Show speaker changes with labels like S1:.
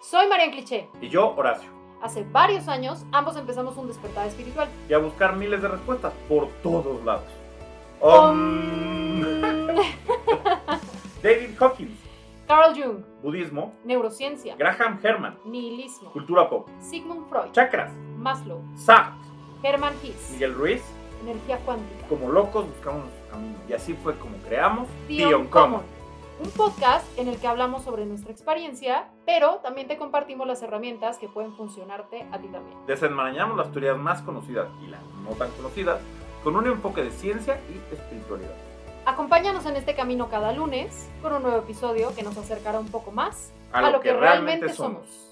S1: Soy Marian Cliché.
S2: Y yo, Horacio.
S1: Hace varios años, ambos empezamos un despertar espiritual.
S2: Y a buscar miles de respuestas por todos lados. Om. David Hawkins,
S1: Carl Jung,
S2: budismo,
S1: neurociencia,
S2: Graham Herman,
S1: nihilismo,
S2: cultura pop,
S1: Sigmund Freud,
S2: chakras,
S1: Maslow,
S2: Sartre,
S1: Hermann Hesse,
S2: Miguel Ruiz,
S1: energía cuántica,
S2: como locos buscamos nuestro camino. Y así fue como creamos
S1: The Uncommon, un podcast en el que hablamos sobre nuestra experiencia, pero también te compartimos las herramientas que pueden funcionarte a ti también.
S2: Desenmarañamos las teorías más conocidas y las no tan conocidas con un enfoque de ciencia y espiritualidad.
S1: Acompáñanos en este camino cada lunes con un nuevo episodio que nos acercará un poco más
S2: A lo, que, realmente somos.